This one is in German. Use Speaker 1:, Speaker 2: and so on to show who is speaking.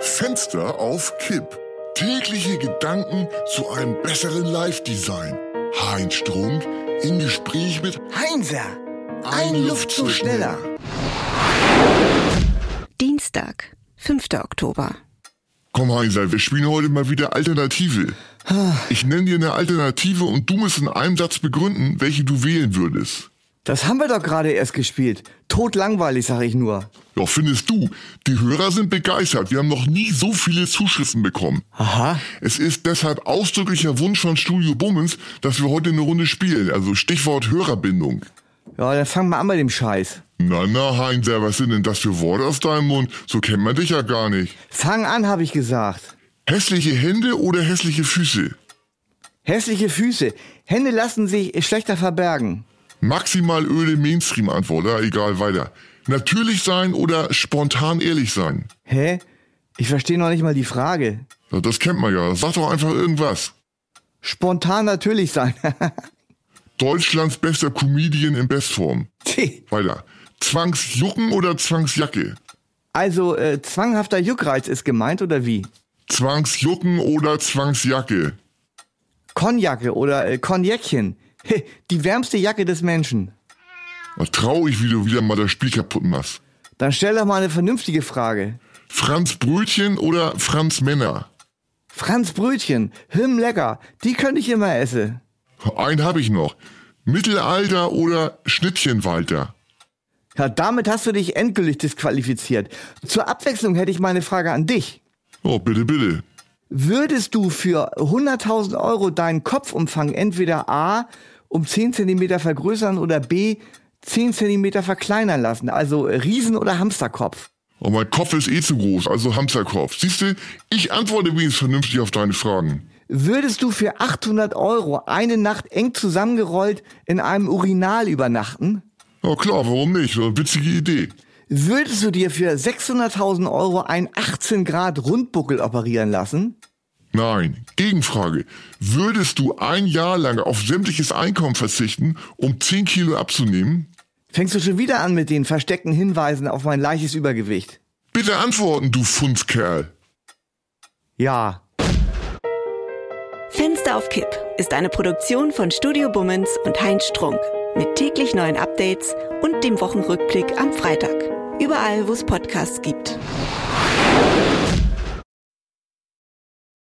Speaker 1: Fenster auf Kipp. Tägliche Gedanken zu einem besseren Live-Design. Heinz Strunk im Gespräch mit
Speaker 2: Heinzer, ein, Luftzug schneller.
Speaker 3: Dienstag, 5. Oktober.
Speaker 1: Komm Heinzer, wir spielen heute mal wieder Alternative. Ich nenne dir eine Alternative und du musst in einem Satz begründen, welche du wählen würdest.
Speaker 2: Das haben wir doch gerade erst gespielt. Totlangweilig, sag ich nur.
Speaker 1: Ja, findest du? Die Hörer sind begeistert. Wir haben noch nie so viele Zuschriften bekommen.
Speaker 2: Aha.
Speaker 1: Es ist deshalb ausdrücklicher Wunsch von Studio Bummens, dass wir heute eine Runde spielen. Also Stichwort Hörerbindung.
Speaker 2: Ja, dann fangen wir an mit dem Scheiß.
Speaker 1: Na, na, Heinzer, was sind denn das für Worte aus deinem Mund? So kennt man dich ja gar nicht.
Speaker 2: Fang an, habe ich gesagt.
Speaker 1: Hässliche Hände oder hässliche Füße?
Speaker 2: Hässliche Füße. Hände lassen sich schlechter verbergen.
Speaker 1: Maximal öde Mainstream-Antwort, ja, egal, weiter. Natürlich sein oder spontan ehrlich sein?
Speaker 2: Hä? Ich verstehe noch nicht mal die Frage.
Speaker 1: Ja, Das kennt man ja. Sag doch einfach irgendwas.
Speaker 2: Spontan natürlich sein.
Speaker 1: Deutschlands bester Comedian in Bestform.
Speaker 2: Tee.
Speaker 1: Weiter. Zwangsjucken oder Zwangsjacke?
Speaker 2: also, äh, zwanghafter Juckreiz ist gemeint oder wie?
Speaker 1: Zwangsjucken oder Zwangsjacke?
Speaker 2: Konjacke oder äh, Konjäckchen. Heh, Die wärmste Jacke des Menschen.
Speaker 1: Na, Traurig, wie du wieder mal das Spiel kaputt machst.
Speaker 2: Dann stell doch mal eine vernünftige Frage.
Speaker 1: Franz Brötchen oder Franz Männer?
Speaker 2: Franz Brötchen, Him lecker, die könnte ich immer essen.
Speaker 1: Einen habe ich noch. Mittelalter oder Schnittchenwalter?
Speaker 2: Ja, damit hast du dich endgültig disqualifiziert. Zur Abwechslung hätte ich meine Frage an dich.
Speaker 1: Oh, bitte, bitte.
Speaker 2: Würdest du für 100.000 Euro deinen Kopfumfang entweder A um 10 Zentimeter vergrößern oder B 10 Zentimeter verkleinern lassen? Also Riesen- oder Hamsterkopf?
Speaker 1: Oh, mein Kopf ist eh zu groß, also Hamsterkopf. Siehste, ich antworte wenigstens vernünftig auf deine Fragen.
Speaker 2: Würdest du für 800 Euro eine Nacht eng zusammengerollt in einem Urinal übernachten?
Speaker 1: Ja Oh, klar, warum nicht? So eine Witzige Idee.
Speaker 2: Würdest du dir für 600.000 Euro einen 18 Grad Rundbuckel operieren lassen?
Speaker 1: Nein. Gegenfrage. Würdest du ein Jahr lang auf sämtliches Einkommen verzichten, um 10 Kilo abzunehmen?
Speaker 2: Fängst du schon wieder an mit den versteckten Hinweisen auf mein leichtes Übergewicht?
Speaker 1: Bitte antworten, du Funfkerl.
Speaker 2: Ja.
Speaker 3: Fenster auf Kipp ist eine Produktion von Studio Bummens und Heinz Strunk. Mit täglich neuen Updates und dem Wochenrückblick am Freitag. Überall, wo es Podcasts gibt.